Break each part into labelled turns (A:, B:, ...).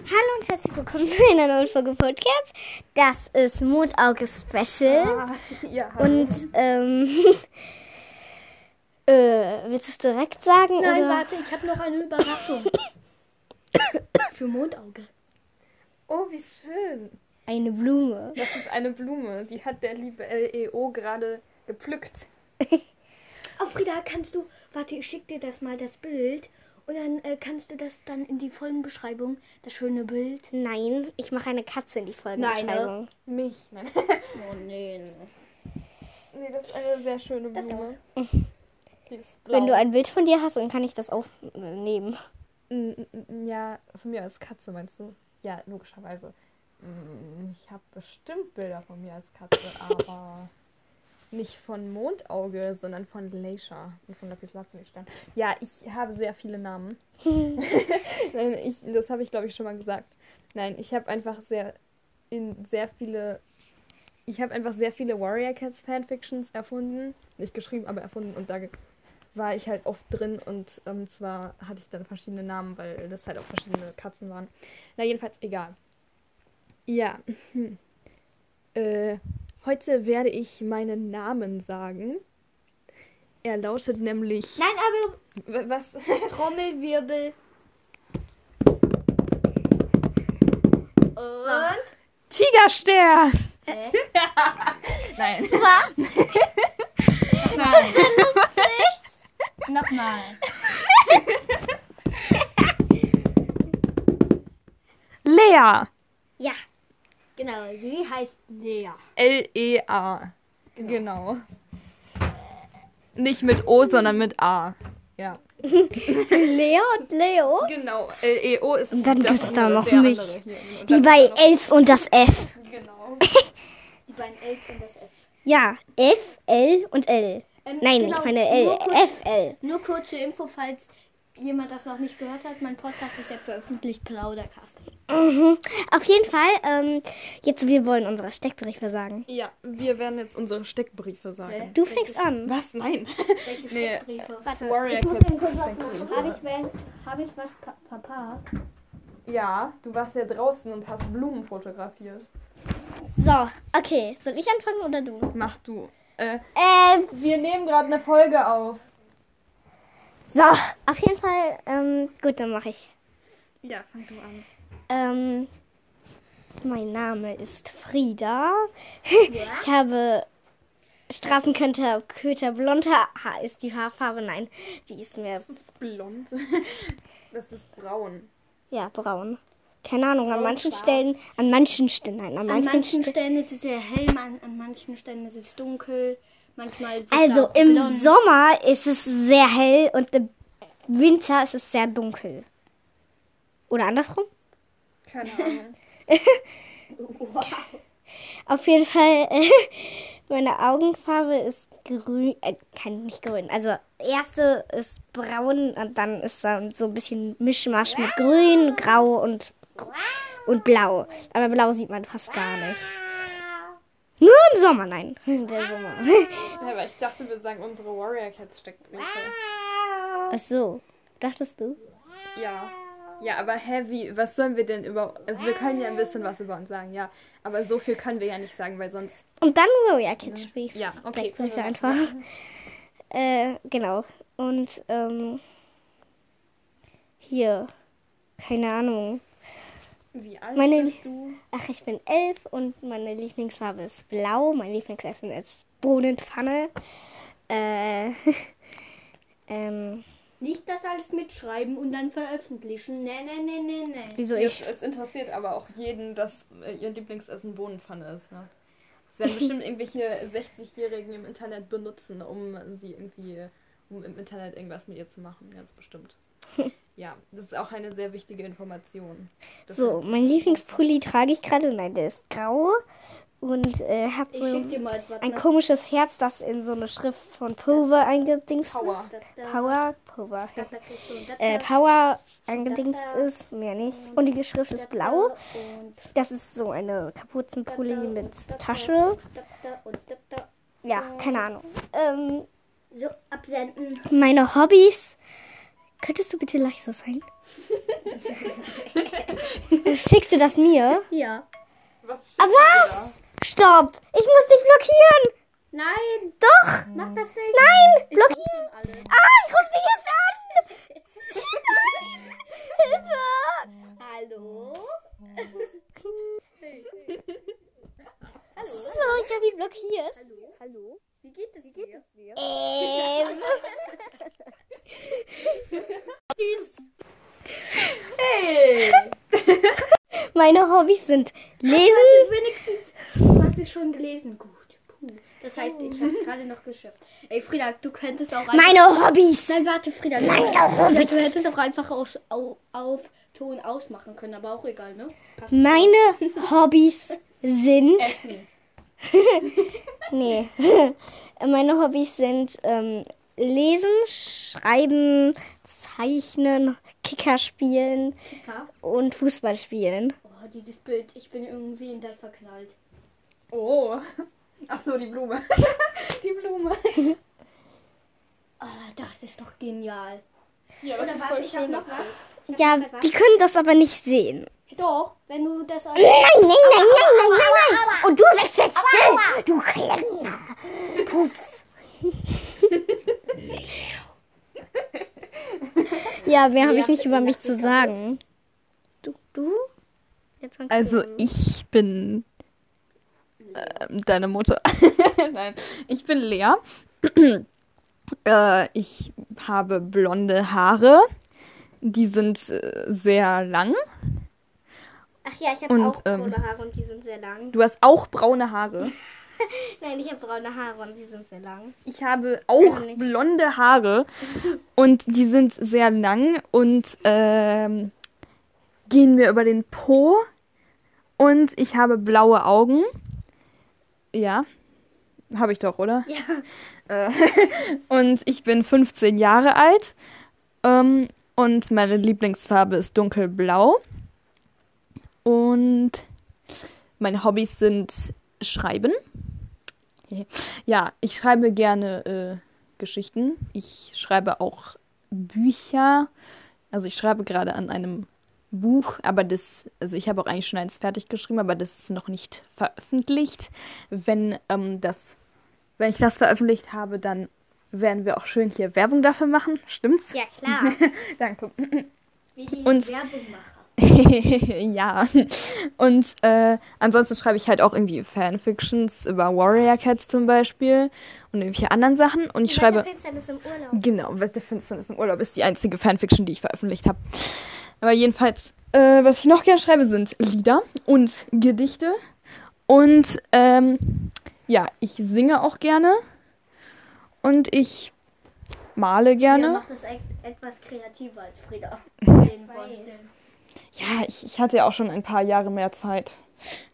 A: und herzlich willkommen zu einer neuen Folge Podcast. Das ist Mondauge
B: Ah.
A: Special.
B: Ja.
A: Und, ähm, äh, willst du es direkt sagen?
B: Nein,
A: oder?
B: warte, ich habe noch eine Überraschung. Für Mondauge.
C: Oh, wie schön.
A: Eine Blume.
C: Das ist eine Blume. Die hat der liebe LEO gerade gepflückt.
B: Oh, Frieda, kannst du. Warte, ich schick dir das mal, das Bild. Und dann äh, kannst du das dann in die Folgenbeschreibung, das schöne Bild.
A: Nein, ich mache eine Katze in die Folgenbeschreibung.
B: ne?
C: Mich. Nein.
B: Oh, nee.
C: nee, das ist eine sehr schöne
B: Das
C: Blume. Die ist blau.
A: Wenn du ein Bild von dir hast, dann kann ich das aufnehmen.
C: Mm, mm, mm, Ja, von mir als Katze meinst du? Ja, logischerweise. Mm, Ich habe bestimmt Bilder von mir als Katze, aber nicht von Mondauge, sondern von Leisha und von Lapislazuli Stern. Ja, ich habe sehr viele Namen. Nein, ich, das habe ich glaube ich schon mal gesagt. Nein, ich habe einfach sehr in sehr viele ich habe einfach sehr viele Warrior Cats Fanfictions erfunden, nicht geschrieben, aber erfunden und da ge- war ich halt oft drin und ähm, zwar hatte ich dann verschiedene Namen, weil das halt auch verschiedene Katzen waren. Na, jedenfalls egal. Ja. Hm. Äh, heute werde ich meinen Namen sagen. Er lautet nämlich.
B: Nein, aber
C: W- Was?
B: Trommelwirbel. Und? Äh?
C: Tigerstern! Nein.
B: Nochmal.
C: Lea!
A: Ja.
B: Genau, sie heißt Lea.
C: L-E-A. E Genau. Nicht mit O, sondern mit A. Ja.
A: Leo und Leo.
C: Genau, L-E-O ist
A: Und dann
C: das
A: gibt's da
C: andere,
A: noch
C: der
A: mich.
C: andere hier. Und
A: Wie
C: dann
A: bei
C: gibt's
A: Elf und das F.
C: noch- Genau.
B: Die beiden Ls und das F.
A: Ja, F, L und L.
B: Ähm,
A: Nein,
B: genau,
A: ich meine L.
B: nur kurz-
A: F, L.
B: Nur kurz zur Info, falls jemand das noch nicht gehört hat, mein Podcast ist ja veröffentlicht, Plaudercast.
A: Mhm. Auf jeden Fall, ähm, jetzt wir wollen unsere Steckbriefe sagen.
C: Ja, wir werden jetzt unsere Steckbriefe sagen.
A: Du fängst an.
C: Was? Nein.
B: Welche
C: Nee,
B: Steckbriefe?
A: Äh,
C: Warrior
B: Ich muss
C: Cats
B: eben kurz was
C: Steckbriefe.
B: Habe ich, wen- hab ich was pa- verpasst?
C: Ja, du warst ja draußen und hast Blumen fotografiert.
A: So, okay. Soll ich anfangen oder du?
C: Mach du. Äh,
A: Ähm,
C: wir nehmen gerade eine Folge auf.
A: so, auf jeden Fall, ähm, gut, dann mache ich.
C: Ja, fang du an.
A: Ähm, mein Name ist Frieda. Ich habe Straßenköter, Köter, blonder Haar ist die Haarfarbe. Nein, die ist mir
C: Das ist blond. Das ist braun.
A: ja braun. Keine Ahnung, an
C: Oh,
B: Braun,
A: manchen
B: schwarz.
A: Stellen, an manchen Stellen, nein, an
B: An
A: manchen,
B: manchen
A: Stellen.
B: Stellen ist es sehr hell, an, an manchen Stellen ist es dunkel. Manchmal ist es
A: Also
B: auch
A: im
B: blond.
A: Sommer ist es sehr hell und im Winter ist es sehr dunkel. Oder andersrum?
C: Keine Ahnung.
B: Wow.
A: Auf jeden Fall, äh, meine Augenfarbe ist grün, äh, kein, nicht grün. Also erste ist braun und dann ist dann so ein bisschen Mischmasch mit grün, grau und, gr- und blau. Aber blau sieht man fast gar nicht. Nur im Sommer, nein. Der Sommer.
C: Ja, aber ich dachte, wir sagen unsere Warrior Cats Steckbriefe.
A: Ach so, dachtest du?
C: Ja. Ja, aber hä, wie, was sollen wir denn über. Also, wir können ja ein bisschen was über uns sagen, ja. Aber so viel können wir ja nicht sagen, weil sonst.
A: Und dann Warrior Kids Spiel.
C: Ja, okay.
A: Steckbriefe einfach. äh, genau. Und ähm, hier, keine Ahnung.
C: Wie alt
A: Meine-
C: bist du?
A: Ach, ich bin elf und meine Lieblingsfarbe ist blau. Mein Lieblingsessen ist Bohnenpfanne. Äh, ähm,
B: Nicht das alles mitschreiben und dann veröffentlichen. Nee, nee, nee, nee, nee.
A: wieso
C: Es,
A: ich?
C: es interessiert aber auch jeden, dass äh, ihr Lieblingsessen Bohnenpfanne ist, ne? Das werden bestimmt irgendwelche 60-Jährigen im Internet benutzen, um sie irgendwie. um im Internet irgendwas mit ihr zu machen, ganz bestimmt. Ja, das ist auch eine sehr wichtige Information. Das-
A: So, mein Lieblingspulli trage ich gerade. Nein, der ist grau und äh, hat
B: Ich schick
A: so
B: dir mal was. ne?
A: ein komisches Herz, das in so eine Schrift von Power eingedingst ist.
C: Power.
A: Power, Power. Äh, Power eingedingst ist, mehr nicht. Und die Schrift ist blau.
B: Und
A: Das ist so eine Kapuzenpulli mit Tasche.
B: da, da, und da, da.
A: Ja, keine Ahnung. Ähm,
B: So, absenden.
A: meine Hobbys. Könntest du bitte leiser sein? Äh, Schickst du das mir?
B: Ja.
C: Was? steht
A: Ah, was? Stopp! Ich muss dich blockieren!
B: Nein,
A: Doch!
B: mach das nicht.
A: Nein!
B: Ich hab
A: Blockier!
B: schon alles.
A: Ah, ich ruf dich jetzt an! Nein! Hilfe!
B: Hallo?
A: So, ich habe ihn blockiert.
B: Hallo? Hallo? Wie geht es Wie geht dir? Es dir?
A: Ähm.
B: Hey!
A: Meine Hobbys sind Lesen,
B: Also wenigstens, du hast es schon gelesen. Gut. Puh. Das heißt, ich habe es gerade noch geschafft. Ey, Frieda, du könntest auch einfach...
A: meine Hobbys.
B: Nein, warte, Frieda. Du, Frieda, du hättest auch einfach auf, auf, auf Ton ausmachen können, aber auch egal, ne?
A: Meine Hobbys sind.
B: Essen.
A: Nee. Meine Hobbys sind ähm, Lesen, Schreiben, Zeichnen, Kicker spielen
B: Kicker.
A: und Fußball spielen.
B: Oh, dieses Bild. Ich bin irgendwie in das verknallt.
C: Oh. Ach so, die Blume. die Blume.
B: Ah, das ist doch genial.
C: Ja,
B: Oder warte, ich hab noch was. Ich hab
A: Ja,
B: noch was.
A: die können das aber nicht sehen.
B: Doch, wenn du das... Nein,
A: Nein, nein, nein, nein, nein, nein, nein. Und du sagst jetzt still, du kleiner Pups. ja, mehr habe ich nicht über mich zu sagen. Du, du? Jetzt fangst du
C: Also
A: an.
C: ich bin ähm, deine Mutter. Nein, ich bin Lea. äh, ich habe blonde Haare. Die sind äh, sehr lang.
A: Ach ja, ich habe
C: und,
A: auch braune
C: ähm,
A: Haare und die sind sehr lang.
C: Du hast auch braune Haare.
A: Nein, ich habe braune Haare und die sind sehr lang.
C: Ich habe auch
A: nicht.
C: blonde Haare und die sind sehr lang und ähm, gehen mir über den Po und ich habe blaue Augen. Ja, habe ich doch, oder?
A: Ja.
C: Äh, und ich bin 15 Jahre alt ähm, und meine Lieblingsfarbe ist dunkelblau. Und meine Hobbys sind Schreiben. Ja, ich schreibe gerne äh, Geschichten. Ich schreibe auch Bücher. Also ich schreibe gerade an einem Buch, aber das, also ich habe auch eigentlich schon eins fertig geschrieben, aber das ist noch nicht veröffentlicht. Wenn ähm, das, wenn ich das veröffentlicht habe, dann werden wir auch schön hier Werbung dafür machen. Stimmt's?
A: Ja, klar.
C: Danke.
B: Wie die
C: Und-
B: Werbungmacher.
C: ja. Und äh, ansonsten schreibe ich halt auch irgendwie Fanfictions über Warrior Cats zum Beispiel und irgendwelche anderen Sachen. Und ich schreibe.
A: ist im Urlaub.
C: Genau, Welt der Finsternis im Urlaub ist die einzige Fanfiction, die ich veröffentlicht habe. Aber jedenfalls, äh, was ich noch gerne schreibe, sind Lieder und Gedichte. Und ähm, ja, ich singe auch gerne. Und ich male
B: Frieda
C: gerne.
B: macht das e- etwas kreativer als Frieda. Den Worten.
C: Ja, ich, ich hatte ja auch schon ein paar Jahre mehr Zeit.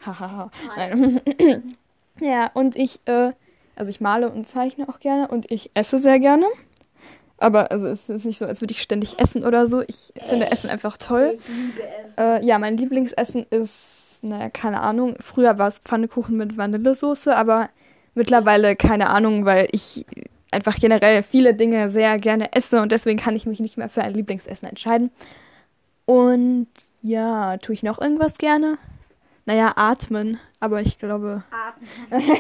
C: Hahaha. Nein. ja, und ich, äh, also ich male und zeichne auch gerne und ich esse sehr gerne. Aber also es ist nicht so, als würde ich ständig essen oder so. Ich finde Essen einfach toll.
B: Ich liebe es.
C: Äh, ja, mein Lieblingsessen ist, naja, keine Ahnung. Früher war es Pfannekuchen mit Vanillesoße, aber mittlerweile keine Ahnung, weil ich einfach generell viele Dinge sehr gerne esse und deswegen kann ich mich nicht mehr für ein Lieblingsessen entscheiden. Und ja, tue ich noch irgendwas gerne? Naja, atmen, aber ich glaube,
B: Atmen.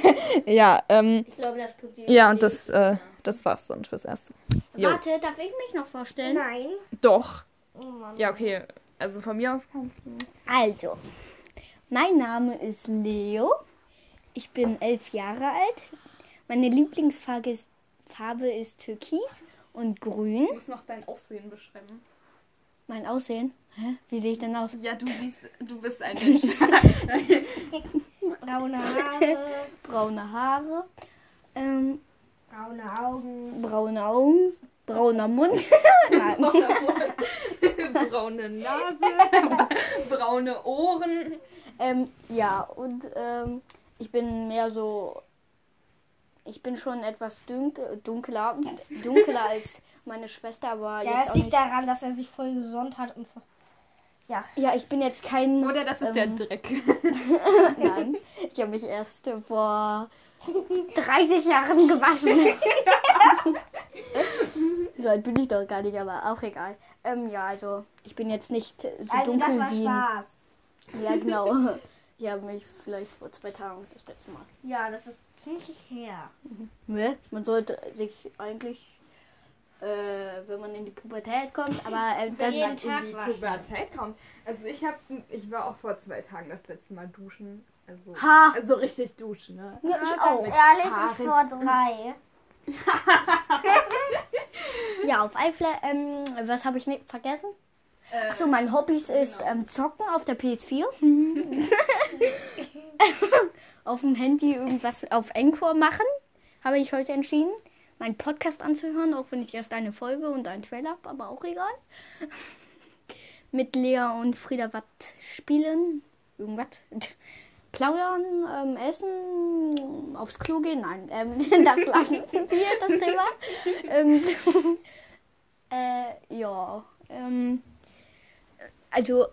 C: ja, ähm,
B: Ich glaube, das tut die.
C: ja, und das, äh, das war's dann fürs Erste. Jo.
B: Warte, darf ich mich noch vorstellen?
A: Nein.
C: Doch.
A: Oh Mann.
C: Ja, okay. Also von mir aus kannst du.
B: Also, mein Name ist Leo. Ich bin elf Jahre alt. Meine Lieblingsfarbe ist, Farbe ist Türkis und Grün.
C: musst noch dein Aussehen beschreiben.
B: Mein Aussehen? Hä? Wie sehe ich denn aus?
C: Ja, du, siehst, du bist ein Mensch.
A: Braune Haare,
B: Braune Haare, ähm,
A: braune Augen.
B: braune Augen, brauner Mund.
C: braune Nase, braune Ohren.
B: ähm, ja, und ähm, ich bin mehr so. Ich bin schon etwas dunkel, dunkler, dunkler als meine Schwester,
A: Ja,
B: aber jetzt
A: das
B: auch
A: liegt
B: nicht.
A: daran, dass er sich voll gesonnt hat und ver- ja.
B: Ja, ich bin jetzt kein.
C: Oder das ist
B: ähm,
C: der Dreck.
B: Nein, ich habe mich erst vor
A: 30 Jahren gewaschen.
B: so alt bin ich doch gar nicht, aber auch egal. Ähm, ja, also ich bin jetzt nicht so
A: also
B: dunkel
A: das war
B: wie ein,
A: Spaß.
B: Ja, genau. Ich habe mich vielleicht vor zwei Tagen das letzte Mal.
A: Ja, das ist ziemlich her.
B: Ne? Man sollte sich eigentlich, äh, wenn man in die Pubertät kommt, aber äh, das
A: jeden
B: sagt
A: Tag
C: in die
A: waschen.
C: Pubertät kommt. Also ich habe, ich war auch vor zwei Tagen das letzte Mal duschen. Also,
B: Ha!
C: also richtig duschen, ne?
B: Ja, ich
A: Ah, Ganz
B: auch.
A: ehrlich,
C: Haaren.
A: ich vor drei.
B: Ja, auf Eifler, ähm, was habe ich nicht vergessen?
C: Äh,
B: Achso, mein Hobbys ist ähm, Zocken auf der PS4. auf dem Handy irgendwas auf Encore machen, habe ich heute entschieden. Meinen Podcast anzuhören, auch wenn ich erst eine Folge und einen Trailer habe, aber auch egal. Mit Lea und Frieda was spielen, irgendwas. Plaudern, ähm, essen, aufs Klo gehen, nein, ähm, das lassen wir, das Thema. ähm, äh, ja, ähm, also,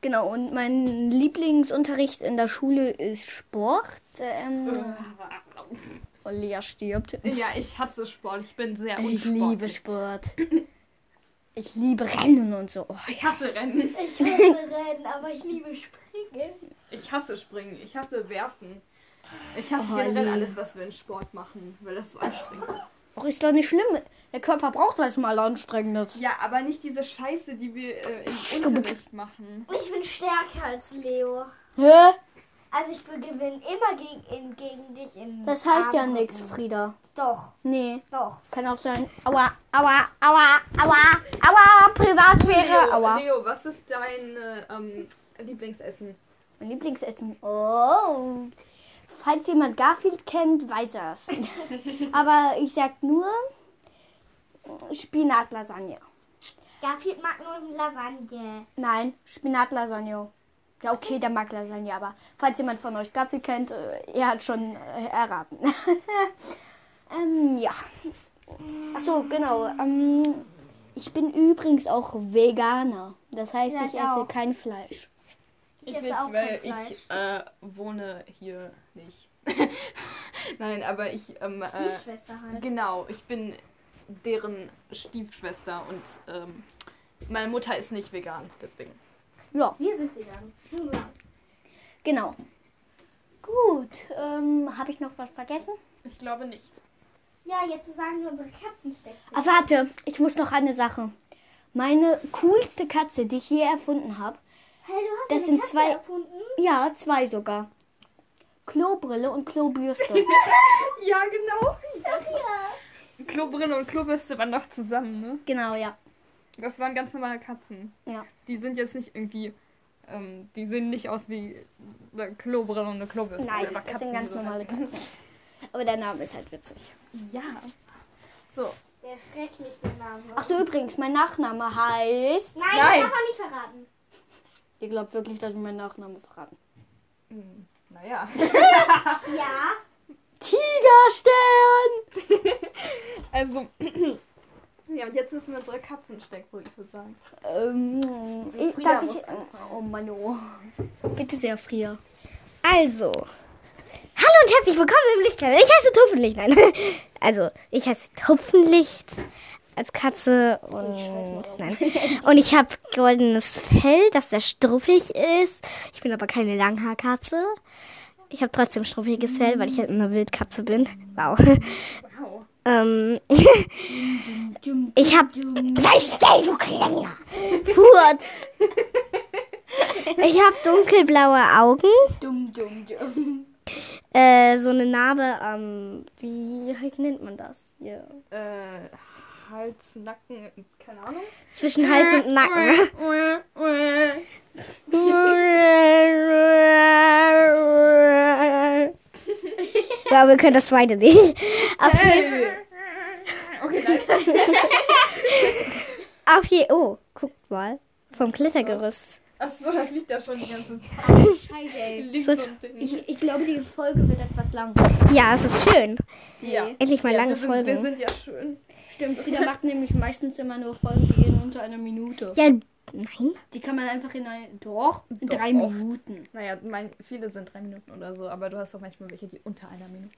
B: genau, und mein Lieblingsunterricht in der Schule ist Sport. Ähm, oh, Lea stirbt. Äh,
C: ja, ich hasse Sport. Ich bin sehr
B: Ich
C: unsportlich.
B: liebe Sport. Ich liebe Rennen und so. Oh,
C: Ich hasse Rennen.
A: Ich hasse Rennen, aber ich liebe Springen.
C: Ich hasse Springen. Ich hasse Werfen. Ich hasse
B: Oh,
C: generell
B: nee.
C: alles, was wir in Sport machen, weil das so anstrengend ist.
B: Ach, ist doch nicht schlimm. Der Körper braucht das mal anstrengendes.
C: Ja, aber nicht diese Scheiße, die wir äh, im Unterricht machen.
A: Ich bin stärker als Leo.
B: Hä?
A: Also ich gewinne immer gegen, in, gegen dich in
B: Das heißt ja
A: Armdrücken.
B: nichts, Frieda.
A: Doch,
B: Nee,
A: doch.
B: kann auch sein. Aua, aua, aua, aua, aua, Privatsphäre, aua.
C: Leo, was ist dein äh, ähm, Lieblingsessen?
B: Mein Lieblingsessen. Oh. Falls jemand Garfield kennt, weiß er es. Aber ich sag nur Spinatlasagne.
A: Garfield mag nur Lasagne.
B: Nein, Spinatlasagne. Ja, okay, der mag Lasagne, aber falls jemand von euch Garfield kennt, äh, er hat schon äh, erraten. ähm, ja. Ach so, genau. Ähm, ich bin übrigens auch Veganer. Das heißt,
A: Ja,
B: ich,
A: ich
B: esse
A: auch.
B: kein Fleisch.
A: esse auch kein Fleisch.
C: äh, wohne hier nicht. Nein, aber ich, ähm, äh,
A: Stiefschwester halt.
C: genau, ich bin deren Stiefschwester und ähm, meine Mutter ist nicht vegan, deswegen.
B: Ja.
A: Wir sind vegan. Ja.
B: Genau. Gut, ähm, habe ich noch was vergessen?
C: Ich glaube nicht.
A: Ja, jetzt sagen wir unsere Katzen stecken.
B: Ah, warte, ich muss noch eine Sache. Meine Also, coolste Katze, die ich je erfunden habe,
A: Hey, du hast
B: Das
A: eine
B: sind
A: Katze
B: zwei-
A: erfunden?
B: ja, zwei sogar. Klobrille und Klobürste.
C: Ja, genau. Klobrille und Klobürste waren noch zusammen, ne?
B: genau, ja.
C: Das waren ganz normale Katzen.
B: Ja.
C: Die sind jetzt nicht irgendwie, ähm, die sehen nicht aus wie eine Klobrille und eine Klobürste.
B: Nein,
C: aber
B: das
C: Katzen,
B: sind ganz
C: so
B: normale
C: heißen.
B: Katzen. Aber der Name ist halt witzig.
C: Ja. So,
A: Der schrecklichste Name.
B: Ach so, übrigens, mein Nachname heißt...
A: Nein,
C: Nein.
A: das darf man nicht verraten.
B: Ihr glaubt wirklich, dass ich meinen Nachnamen verraten.
C: hm, naja.
A: Ja.
B: Tigerstern!
C: Also, ja, und jetzt ist unsere Katzensteckbriefe sagen.
B: Ähm, ich,
C: Frieda
B: darf
C: muss
B: ich... Oh, Mann, oh. Bitte sehr, Fria.
A: Also. Hallo und herzlich willkommen im Lichtlein. Ich heiße Tupfenlicht. Nein. Also, ich heiße Tupfenlicht als Katze und nein. Und ich habe goldenes Fell, das sehr struppig ist. Ich bin aber keine Langhaarkatze. Ich habe trotzdem struppiges Fell, weil ich halt eine Wildkatze bin. Wow.
C: Wow.
A: Ähm, ich hab. Sei still, du Kleiner! Furz! Ich hab dunkelblaue Augen,
B: Dumm, dumm, dumm.
A: äh, so eine Narbe am. wie halt nennt man das hier?
C: Äh, Hals, Nacken, keine Ahnung.
A: Zwischen Hals und Nacken. Ja, wir können das beide nicht. Auf, je,
C: Okay, nein.
A: auf je. Oh, guckt mal. Vom Klettergerüst.
C: Achso, das liegt da schon die ganze Zeit.
B: Scheiße, ey.
C: Liegt so
A: So-
C: ein Ding.
B: Ich, ich glaube, die Folge wird etwas lang.
A: Ja, es ist schön.
C: ja.
A: Endlich mal
C: ja,
A: lange
C: wir sind,
A: Folgen.
C: Wir sind ja schön.
B: Stimmt, Frieda macht nämlich meistens immer nur Folgen, die gehen unter einer Minute.
A: ja, nein.
B: Die kann man einfach in eine, doch, in
C: Doch,
B: drei
C: oft.
B: Minuten.
C: Naja, mein, viele sind drei Minuten oder so, aber du hast doch manchmal welche, die unter einer Minute.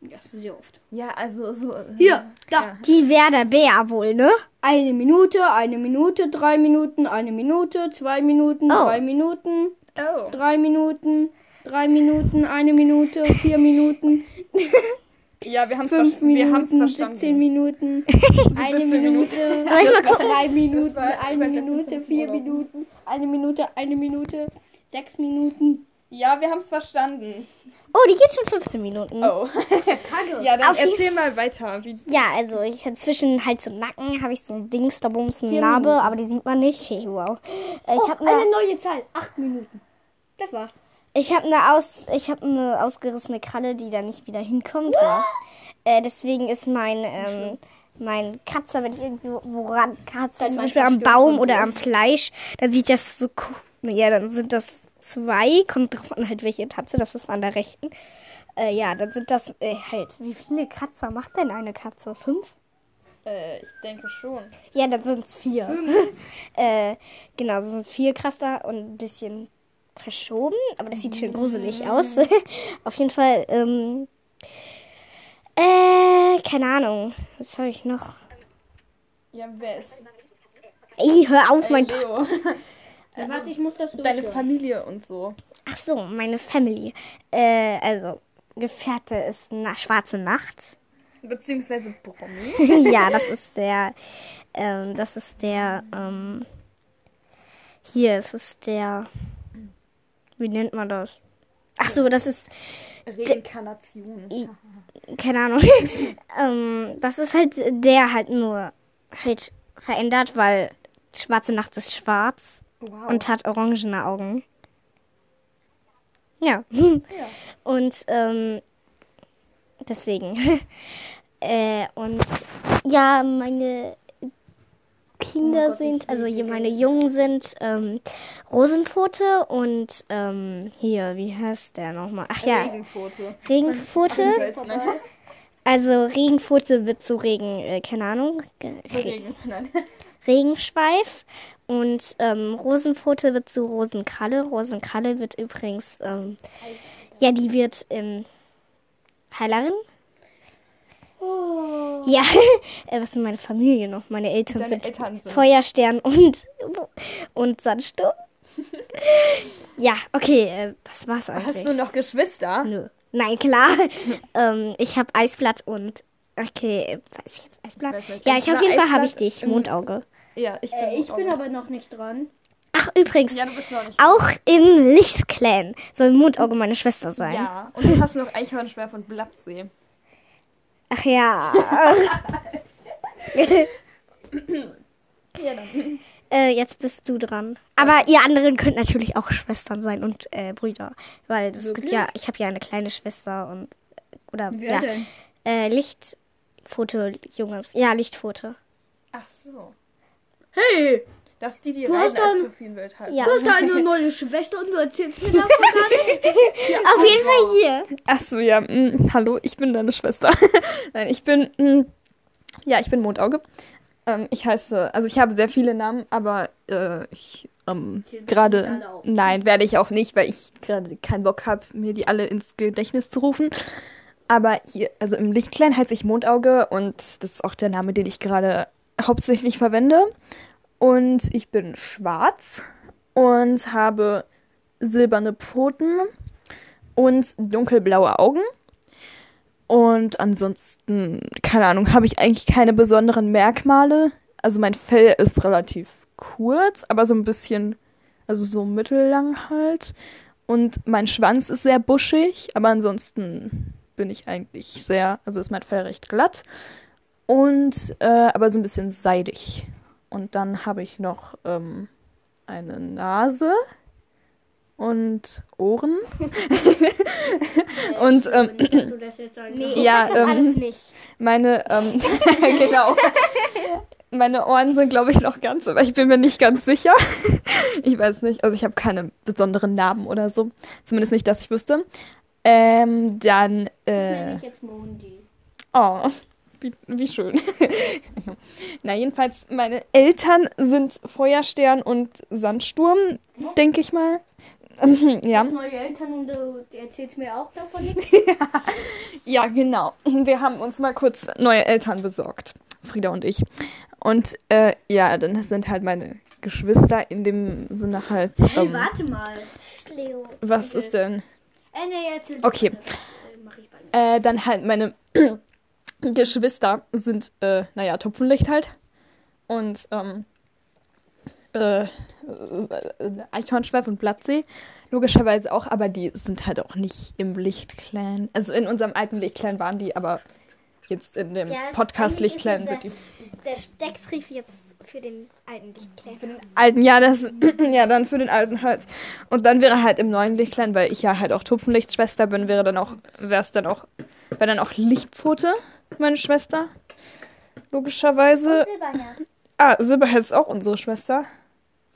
B: Ja, sehr oft.
C: Ja, also so. äh,
B: Hier, da.
C: Ja.
A: Die Werder Bär wohl, ne?
B: Eine Minute, eine Minute, drei Minuten, eine Minute, zwei Minuten,
A: Oh.
B: drei Minuten. Oh.
A: Drei Minuten, drei Minuten, eine Minute, vier Minuten,
C: Ja, wir haben es
A: fünf
C: wir haben's
A: Minuten,
C: verstanden.
A: 17 Minuten, eine
C: 17 Minuten.
A: Minute, drei
C: Das
A: Minuten,
C: war
A: eine
C: über der
A: Minute,
C: 15
A: vier
C: Uhr.
A: Minuten, eine Minute, eine Minute, sechs Minuten.
C: Ja, wir haben es verstanden.
A: Oh, die geht schon 15 Minuten.
C: Oh.
B: Kacke.
C: Ja, dann
A: Auf jeden-
C: erzähl mal weiter. Wie,
A: Ja, also ich hab zwischen Hals und Nacken habe ich so ein Dings, da bums eine
B: Vier
A: Narbe,
B: Minuten.
A: aber die sieht man nicht. Hey, wow. Äh, Ich
B: Oh,
A: habe
B: eine
A: eine,
B: neue Zahl. Acht Minuten. Das war's.
A: ich hab eine, aus, ich hab eine ausgerissene Kralle, die da nicht wieder hinkommt. Ja.
B: Ah!
A: Äh, deswegen ist mein, ähm, mein Katzer, wenn ich irgendwo woran Katze,
B: Dann
A: zum
B: mal
A: Beispiel am
B: verstört
A: Baum
B: von
A: oder
B: dir.
A: am Fleisch, dann sieht das so, ko- ja, dann sind das zwei, kommt drauf an halt welche Tatze, das ist an der rechten. Äh, ja, dann sind das äh, halt, wie viele Kratzer macht denn eine Katze? Fünf?
C: äh, ich denke schon.
A: Ja, dann sind es vier. äh, genau, das sind vier Kraster und ein bisschen verschoben, aber das sieht schön gruselig aus. Auf jeden Fall, ähm, äh, keine Ahnung, was habe ich noch?
C: Ja, wer ist?
A: Ey, hör auf,
C: Ey,
A: mein...
C: Leo.
A: Äh,
B: Warte, ich muss das durchhören.
C: Deine Familie und so.
A: Ach so, meine Family. Äh, also, Gefährte ist na schwarze Nacht.
C: Beziehungsweise Promi.
A: ja, das ist der, ähm, das ist der, ähm, hier, es ist der, wie nennt man das? Ach so, das ist
C: Reinkarnation.
A: keine Ahnung. ähm, das ist halt der halt nur halt verändert, weil Schwarze Nacht ist schwarz
C: Wow.
A: und hat orangene Augen. Ja.
C: Ja.
A: Und ähm, deswegen. äh, und ja, meine Kinder
B: Oh Gott,
A: sind,
B: ich
A: also
B: liebe
A: je- meine Jungen sind ähm, Rosenpfote und ähm, hier, wie heißt der nochmal? Ach ja,
C: Regenpfote.
A: Regenpfote.
C: Nein.
A: Also Regenfurze wird zu Regen, äh, keine Ahnung, Ge- Re
C: Regen. Nein.
A: Regenschweif. Und ähm, Rosenfurte wird zu Rosenkralle. Rosenkralle wird übrigens, ähm, ja, die wird ähm, Heilerin. Ja, äh, was sind meine Familie noch? Meine Eltern
C: Oh. Deine
A: sind,
C: Eltern sind-
A: Feuerstern und, und Sandsturm. ja, okay, äh, das war's eigentlich.
C: Hast du noch Geschwister?
A: Nö. Nein, klar. ähm, ich habe Eisblatt und. Okay, weiß ich jetzt Eisblatt?
C: Weiß nicht.
A: ja,
C: Ich
A: ich auf
C: war
A: jeden Fall habe ich
C: Eisblatt
A: dich,
C: im-
A: Mondauge.
C: Ja, ich bin.
B: Äh, ich
C: auch
B: bin
C: noch.
B: aber noch nicht dran.
A: Ach, übrigens,
C: Ja, du bist noch nicht.
A: auch im Lichtclan soll Mondauge meine Schwester sein.
C: Ja, und du hast noch Eichhörnschwerf und Blattsee.
A: Ach ja.
B: Ja, dann.
A: äh, jetzt bist du dran. Aber ihr anderen könnt natürlich auch Schwestern sein und äh, Brüder. Weil es gibt
B: Wirklich?
A: ja, ich habe ja eine kleine Schwester und. Oder.
B: Wer
A: ja.
B: denn?
A: Äh, Lichtfoto, Junges. Ja, Lichtfoto.
C: Ach so.
B: Hey,
C: Dass die die
B: Du
C: rein
B: hast
C: als
B: dann-
C: Profilbild hat.
A: Ja.
B: du hast da eine neue Schwester und du erzählst mir davon gar nichts.
A: Auf jeden Fall hier.
C: Ach so, ja. mm, hallo, ich bin deine Schwester. Nein, ich bin. mm, ja, ich bin Mondauge. Ähm, ich heiße. Also, ich habe sehr viele Namen, aber äh, ich. Ähm,
B: Zählen wir die
C: gerade.
B: alle auf?
C: Nein, werde ich auch nicht, weil ich gerade keinen Bock habe, mir die alle ins Gedächtnis zu rufen. Aber hier, also im Lichtklein heiße ich Mondauge und das ist auch der Name, den ich gerade hauptsächlich verwende. Und ich bin schwarz und habe silberne Pfoten und dunkelblaue Augen. Und ansonsten, keine Ahnung, habe ich eigentlich keine besonderen Merkmale. Also mein Fell ist relativ kurz, aber so ein bisschen, also so mittellang halt. Und mein Schwanz ist sehr buschig, aber ansonsten bin ich eigentlich sehr, also ist mein Fell recht glatt. Und, äh, aber so ein bisschen seidig. Und dann habe ich noch ähm, eine Nase und Ohren. und ähm,
B: Nicht, dass du das jetzt sagen
A: Nee,
B: kannst.
A: ich
C: Ja,
A: hab das
C: ähm,
A: alles nicht.
C: meine, ähm, genau. Meine Ohren sind, glaube ich, noch ganz, aber ich bin mir nicht ganz sicher. Ich weiß nicht. Also ich habe keine besonderen Narben oder so. Zumindest nicht, dass ich wüsste. Ähm, dann,
B: Das
C: äh,
B: nenne ich jetzt Mondi.
C: Oh, wie, wie schön. Na, jedenfalls, meine Eltern sind Feuerstern und Sandsturm, denke ich mal.
B: Du
C: ja.
B: hast neue Eltern und du erzählst mir auch davon nichts.
C: ja, genau. Wir haben uns mal kurz neue Eltern besorgt. Frieda und ich. Und äh, ja, dann sind halt meine Geschwister in dem Sinne halt. Ähm,
D: warte mal.
B: Leo.
C: was ist denn?
D: Äh, nee, erzähl du
C: Okay.
D: weiter. Äh, mach ich bald nicht.
C: Äh, dann halt meine Geschwister sind, äh, naja, Tupfenlicht halt. Und, ähm, äh, äh, Eichhornschweif und Blattsee. Logischerweise auch, aber die sind halt auch nicht im Lichtclan. Also in unserem alten Lichtclan waren die, aber jetzt in dem
B: Ja, das
C: Podcast
B: eigentlich ist
C: Lichtclan
B: jetzt
C: sind die.
B: Der Steckbrief jetzt für den alten Lichtkläfer.
C: Alten, ja, das, ja, dann für den alten halt. Und dann wäre halt im neuen Lichtclan, weil ich ja halt auch Tupfenlichtschwester bin, wäre dann auch, wäre es dann auch, wäre dann auch Lichtpfote, meine Schwester.
B: Äh.
C: Logischerweise.
B: Silberherz.
C: Ah, Silberherz ist auch unsere Schwester.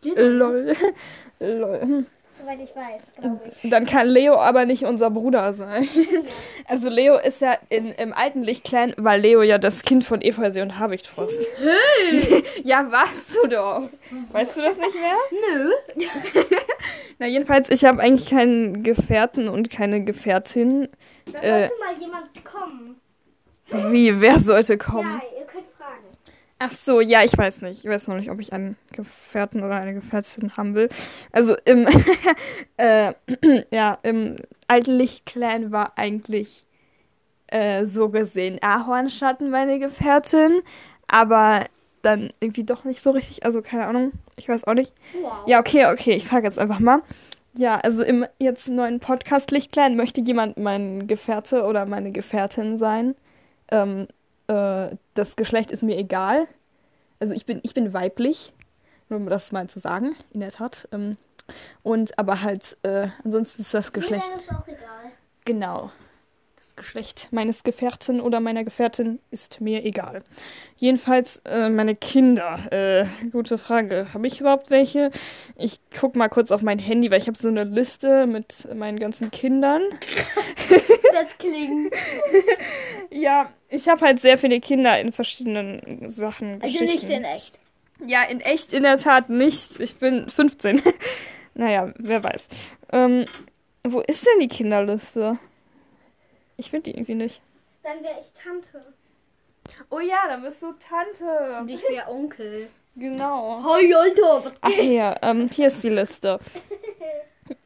C: Lol. Lol.
B: Soweit ich weiß, glaube ich.
C: Dann kann Leo aber nicht unser Bruder sein. Also Leo ist ja in, im alten Lichtclan, weil Leo ja das Kind von Efeusee und Habichtfrost. Hey! ja, warst du doch. Weißt du das nicht mehr?
D: Nö.
C: Na, jedenfalls, ich habe eigentlich keinen Gefährten und keine Gefährtin.
B: Da
C: Äh.
B: sollte mal jemand kommen.
C: Wie, wer sollte kommen?
B: Ja, ihr könnt fragen.
C: Ach so, ja, ich weiß nicht. Ich weiß noch nicht, ob ich einen Gefährten oder eine Gefährtin haben will. Also im, äh, ja, im alten Lichtclan war eigentlich äh, so gesehen Ahornschatten meine Gefährtin, aber dann irgendwie doch nicht so richtig. Also keine Ahnung, ich weiß auch nicht.
D: Wow.
C: Ja, okay, okay, ich frage jetzt einfach mal. Ja, also im jetzt neuen Podcast Lichtlein möchte jemand mein Gefährte oder meine Gefährtin sein. Ähm, äh, das Geschlecht ist mir egal. Also ich bin, ich bin weiblich, nur um das mal zu sagen, in der Tat. Ähm, und aber halt, äh, ansonsten ist das Geschlecht.
B: Mir wäre es auch egal.
C: Genau. Das Geschlecht meines Gefährten oder meiner Gefährtin ist mir egal. Jedenfalls äh, meine Kinder. Äh, gute Frage. Habe ich überhaupt welche? Ich guck mal kurz auf mein Handy, weil ich habe so eine Liste mit meinen ganzen Kindern.
D: Das klingt.
C: Ja, ich habe halt sehr viele Kinder in verschiedenen Sachen.
D: Also nicht
C: Geschichten.
D: in echt.
C: Ja, in echt in der Tat nicht. Ich bin 15. naja, wer weiß. Ähm, wo ist denn die Kinderliste? Ich finde die irgendwie nicht.
B: Dann wäre ich Tante.
C: Oh ja, dann bist du Tante.
D: Und ich wäre Onkel.
C: Genau.
D: Hi, Alter. was-
C: Ach ja, ähm, hier ist die Liste.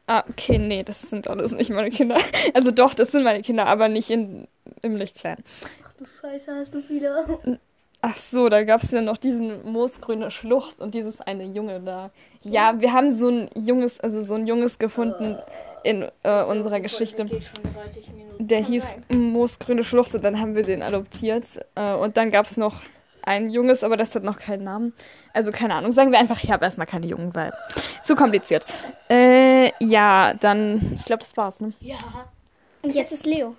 C: Ah, okay, nee, das sind alles nicht meine Kinder. Also doch, das sind meine Kinder, aber nicht in, im Lichtclan.
D: Ach du Scheiße, hast du viele.
C: Ach so, da gab es ja noch diesen moosgrüne Schlucht und dieses eine Junge da. Ja, wir haben so ein junges, also so ein junges gefunden in äh, unserer Geschichte.
D: Geht schon 30 Minuten.
C: Der hieß Moosgrüne Schlucht und dann haben wir den adoptiert. Äh, und dann gab es noch ein Junges, aber das hat noch keinen Namen. Also keine Ahnung. Sagen wir einfach, ich habe erstmal keine Jungen, weil zu kompliziert. Äh, ja, dann, ich glaube, das war's, ne?
D: Ja.
B: Und jetzt ist Leo.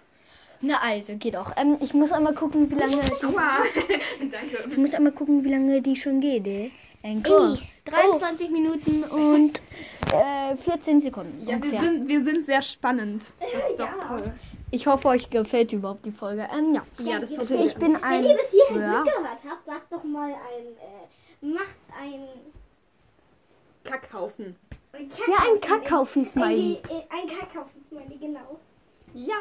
D: Na also, geht auch. Ähm, ich muss einmal gucken, wie lange die.
C: Danke.
D: Ich muss einmal gucken, wie lange die schon geht, ey. Ein
B: Kurs.
D: 23 Minuten und äh, 14 Sekunden.
C: Ja, wir
D: ungefähr.
C: sind, wir sind sehr spannend. Das ist doch toll.
D: Ich hoffe, euch gefällt überhaupt die Folge. Ähm, ja.
C: Ja, das
D: Also ich bin ein.
B: Wenn ihr bis hierhin
D: Ja.
B: mitgehört habt, sagt doch mal ein, äh, macht ein,
C: Kackhaufen.
B: ein
D: Ja, ein
B: Kackhaufen.
D: Kackhaufen-Smiley.
B: Ein, äh, ein Kackhaufen-Smiley, genau.
C: Ja.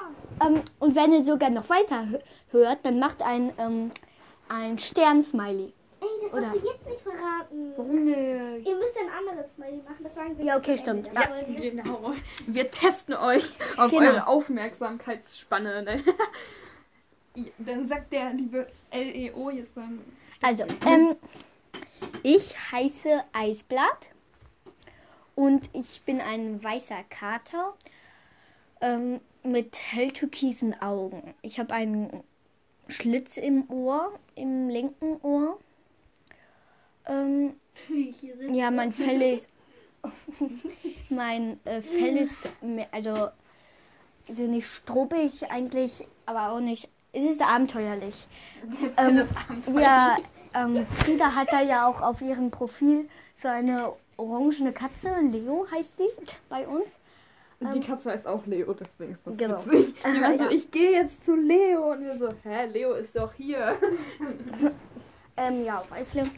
D: Ähm, und wenn ihr sogar noch weiter hö- hört, dann macht ein, ähm, ein Stern-Smiley.
B: Ey, das
D: Oder-
B: darfst du jetzt nicht verraten.
D: Warum nicht?
B: Ihr müsst ein anderes Smiley machen, das sagen wir
D: Ja,
B: jetzt
D: okay,
B: am Ende
D: stimmt.
B: der
D: Ja.
B: Folge.
C: Genau. Wir testen euch auf
D: Genau.
C: eure Aufmerksamkeitsspanne. Ne? Dann sagt der liebe LEO jetzt sein.
D: Also, ähm, ich heiße Eisblatt und ich bin ein weißer Kater ähm, mit helltürkisen Augen. Ich habe einen Schlitz im Ohr, im linken Ohr. Ähm, ja, mein Fell ist. mein äh, Fell ist. me- Also, also nicht struppig eigentlich, aber auch nicht. Es ist abenteuerlich. Ähm, ja, ähm, Frieda hat da ja auch auf ihrem Profil so eine orangene Katze. Leo heißt die bei uns.
C: die Katze heißt auch Leo, deswegen ist das
D: ähm, Genau.
C: witzig. Die war so, ich gehe jetzt zu Leo und wir so, hä, Leo ist doch hier.
D: Ähm, ja, auf Eifle.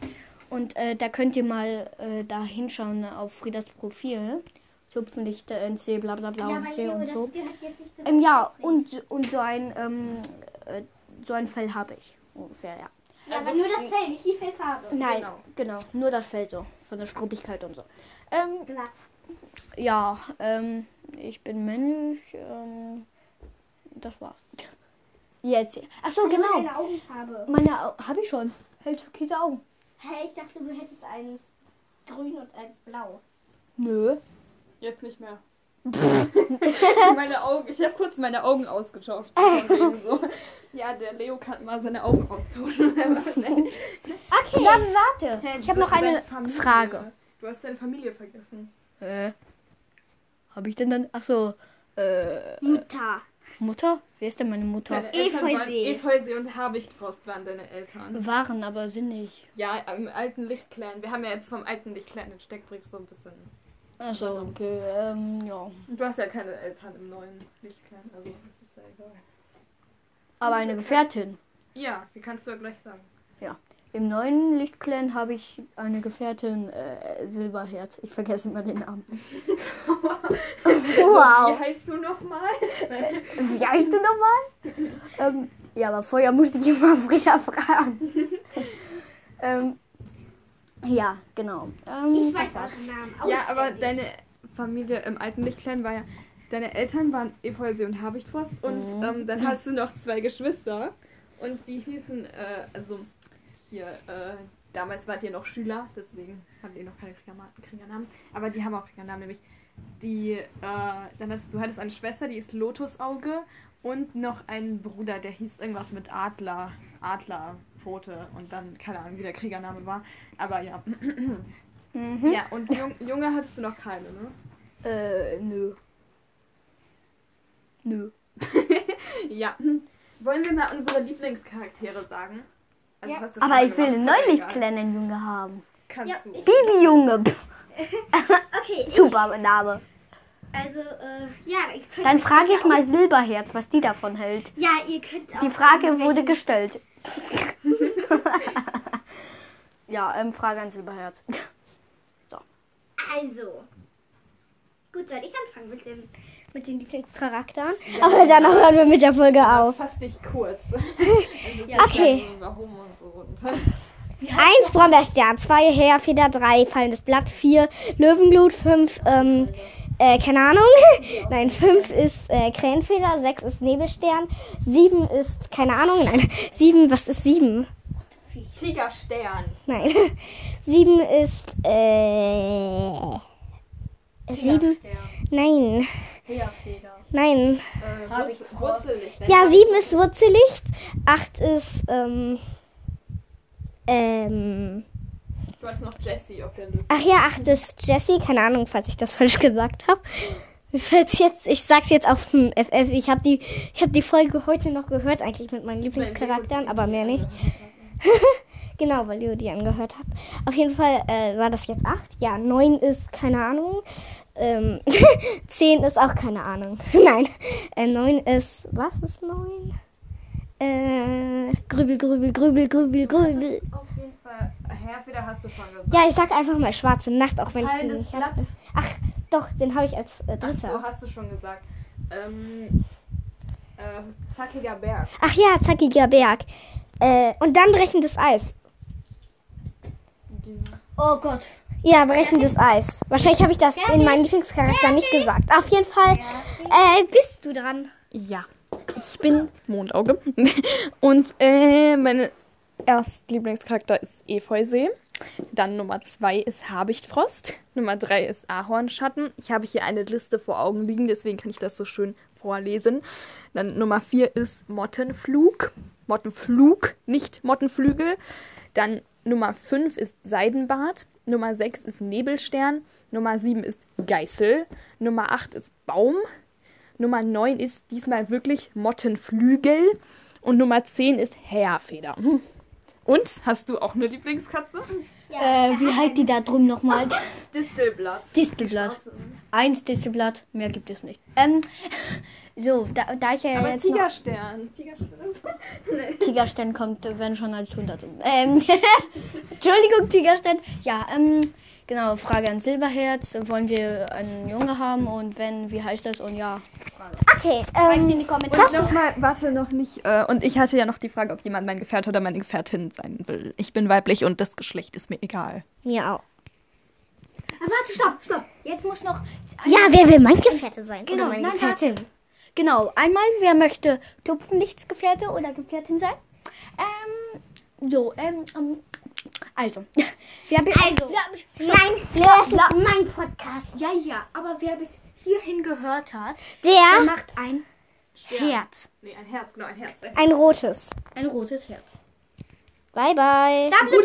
D: Und äh, da könnt ihr mal äh, da hinschauen ne, auf Friedas Profil. Zupfenlichter, NC, bla bla bla
B: Ja,
D: und
B: weil
D: C
B: Leo,
D: und
B: das
D: so.
B: gehört jetzt nicht zu
D: Ähm, ja,
B: Kackhaufen.
D: und, und so ein ähm, äh, so ein Fell habe ich ungefähr, ja.
A: Ja, aber nur das Fell, nicht die Fellfarbe.
D: Nein, genau. Nur das Fell so. Von der Struppigkeit und so. Ähm,
A: Glatt.
D: ja, ähm, ich bin männlich. Ähm, das war's. Jetzt. Achso, genau.
A: Eine Augenfarbe.
D: Meine Au- hab ich schon. Hell türkise Augen.
A: Hä, ich dachte, du hättest eins grün und eins blau.
D: Nö.
C: Jetzt nicht mehr. meine Augen, ich habe kurz meine Augen ausgetauscht. So von wegen so. Ja, der Leo kann mal seine Augen austauschen.
D: Okay. Dann warte. ich habe noch eine
C: Deine Familie.
D: Frage.
C: Du hast deine Familie vergessen.
D: Äh, habe ich denn dann? Achso, äh,
A: Mutter.
D: Mutter? Wer ist denn meine Mutter?
C: Deine Eltern waren
A: Efeusee.
C: Efeusee und Habichtfrost waren deine Eltern.
D: Waren, aber sind nicht.
C: Ja, im alten Lichtklein. Wir haben ja jetzt vom alten Lichtklein den Steckbrief so ein bisschen.
D: Achso, okay. Ähm, ja.
C: Und Du hast ja keine Eltern im neuen Lichtklein, also das ist ja egal.
D: Aber eine Gefährtin.
C: Ja, wie kannst du ja gleich sagen.
D: Im neuen Lichtclan habe ich eine Gefährtin, äh, Silberherz. Ich vergesse immer den Namen.
C: Wie
D: wow.
C: heißt du nochmal?
D: Wie heißt du nochmal? ähm, ja, aber vorher musste ich immer Frieda fragen. ähm, ja, genau. Ähm,
A: Ich weiß
D: das war's.
A: den Namen.
C: Ja,
A: auswendig.
C: aber deine Familie im alten Lichtklein war ja. Deine Eltern waren Efeusee und Habichtforst und ähm, dann hast du noch zwei Geschwister und die hießen, äh, also hier, äh, damals wart ihr noch Schüler, deswegen habt ihr noch keine Kriegerma- Kriegernamen, aber die haben auch Kriegernamen, nämlich die, äh, dann hattest du hattest eine Schwester, die ist Lotusauge und noch einen Bruder, der hieß irgendwas mit Adler, Adlerpfote und dann keine Ahnung, wie der Kriegername war, aber ja.
D: Mhm.
C: Ja, und Jung, Junge hattest du noch keine, ne?
D: Äh, nö. Nö.
C: Ja. Wollen wir mal unsere Lieblingscharaktere sagen? Also,
A: Ja.
C: hast du schon
D: Aber
C: mal
D: ich will
C: gemacht,
D: den
C: ist ja
D: neulich
C: egal.
D: kleinen Junge haben.
C: Kannst
A: Ja,
C: du.
A: ich-
D: Bibi-Junge. pff,
A: Okay,
D: Super Name.
A: also, äh, ja, ich könnte.
D: Dann frage ich mal Silberherz, was die davon hält.
A: Ja, ihr könnt auch.
D: Die Frage wurde gestellt. ja, ähm, Frage an Silberherz.
A: Also. Gut, soll ich anfangen mit, dem, mit den Lieblingscharakteren? Aber danach hören wir mit der Folge auf.
C: Fass dich kurz. Also,
A: Okay.
C: Warum und so. Und
A: Eins Brombeerstern, zwei Heerfeder, drei fallendes Blatt, vier Löwenglut, fünf, ähm, äh, keine Ahnung. Nein, fünf ist äh, Krähenfeder, sechs ist Nebelstern, sieben ist, keine Ahnung, nein, sieben, was ist sieben?
C: Tigerstern.
A: Nein, sieben ist, äh, sieben, nein,
D: Heerfeder.
A: nein.
C: Äh,
D: Hab ich
C: Wurzel-
D: Frost.
C: Wurzellicht.
A: Ja, sieben ist Wurzellicht, acht ist, ähm, ähm,
C: Du hast noch Jessie auf der Liste.
A: Ach ja, ach, das ist Jessie. Keine Ahnung, falls ich das falsch gesagt habe. Mir fällt's jetzt, ich sag's jetzt auf dem FF. Ich habe die, ich hab die Folge heute noch gehört, eigentlich mit meinen Lieblingscharakteren, aber mehr nicht. Genau, weil Leo die angehört hat. Auf jeden Fall äh, war das jetzt 8. Ja, 9 ist keine Ahnung. Ähm, 10 ist auch keine Ahnung. Nein, äh, 9 ist. Was ist 9? Äh, grübel, grübel, grübel, grübel, grübel.
C: Auf jeden Fall. Herfeder hast du schon gesagt.
A: Ja, ich sag einfach mal schwarze Nacht, auch wenn ich die
C: Fallendes
A: nicht
C: Blatt.
A: hatte. Ach, doch, den habe ich als äh,
C: Ach so,
A: dritter.
C: hast du schon gesagt. Ähm, äh, zackiger Berg.
A: Ach ja, zackiger Berg. Äh, und dann brechendes Eis.
D: Oh Gott.
A: Ja, brechendes Eis. Wahrscheinlich habe ich das in meinen Lieblingscharakter nicht gesagt. Auf jeden Fall äh, bist du dran.
C: Ja, ich bin Mondauge. Und äh, mein Erstlieblingscharakter ist Efeusee. Dann Nummer zwei ist Habichtfrost. Nummer drei ist Ahornschatten. Ich habe hier eine Liste vor Augen liegen, deswegen kann ich das so schön vorlesen. Dann Nummer vier ist Mottenflug. Mottenflug, nicht Mottenflügel. Dann Nummer fünf ist Seidenbart. Nummer sechs ist Nebelstern. Nummer sieben ist Geißel. Nummer acht ist Baum. Nummer 9 ist diesmal wirklich Mottenflügel. Und Nummer 10 ist Heerfeder. Und hast du auch eine Lieblingskatze?
D: Äh, wie heißt die da drüben nochmal?
C: Distelblatt.
D: Distelblatt. Eins Distelblatt, mehr gibt es nicht. Ähm, so, da, da ich ja
C: Aber
D: jetzt noch
C: Tigerstern. Tigerstern.
D: Tigerstern kommt, wenn schon als Hunderte. Ähm, Entschuldigung, Tigerstern. Ja, ähm, Genau, Frage an Silberherz. Wollen wir einen Junge haben und wenn, wie heißt das und ja?
A: Okay,
D: Schreibt in
A: ähm,
D: die Kommentare.
A: das,
C: Und nochmal, warte noch nicht. Äh, und ich hatte ja noch die Frage, ob jemand mein Gefährte oder meine Gefährtin sein will. Ich bin weiblich und das Geschlecht ist mir egal.
A: mir auch.
D: Ah, warte, stopp, stopp. Jetzt muss noch.
A: Ja, wer will mein Gefährte sein?
D: Genau,
A: Oder meine
D: nein,
A: Gefährtin.
D: Genau, einmal, wer möchte Tupfenlichtsgefährte oder Gefährtin sein? Ähm, so, ähm, ähm, also. Wer bin,
A: Also. Nein, das ist mein Podcast.
D: Ja, ja, aber wer bis hierhin gehört hat, der
A: Der,
D: macht ein Herz.
E: Nee, ein Herz, genau, ein Herz.
A: ein rotes.
D: Ein rotes Herz.
A: Bye, bye.
D: Da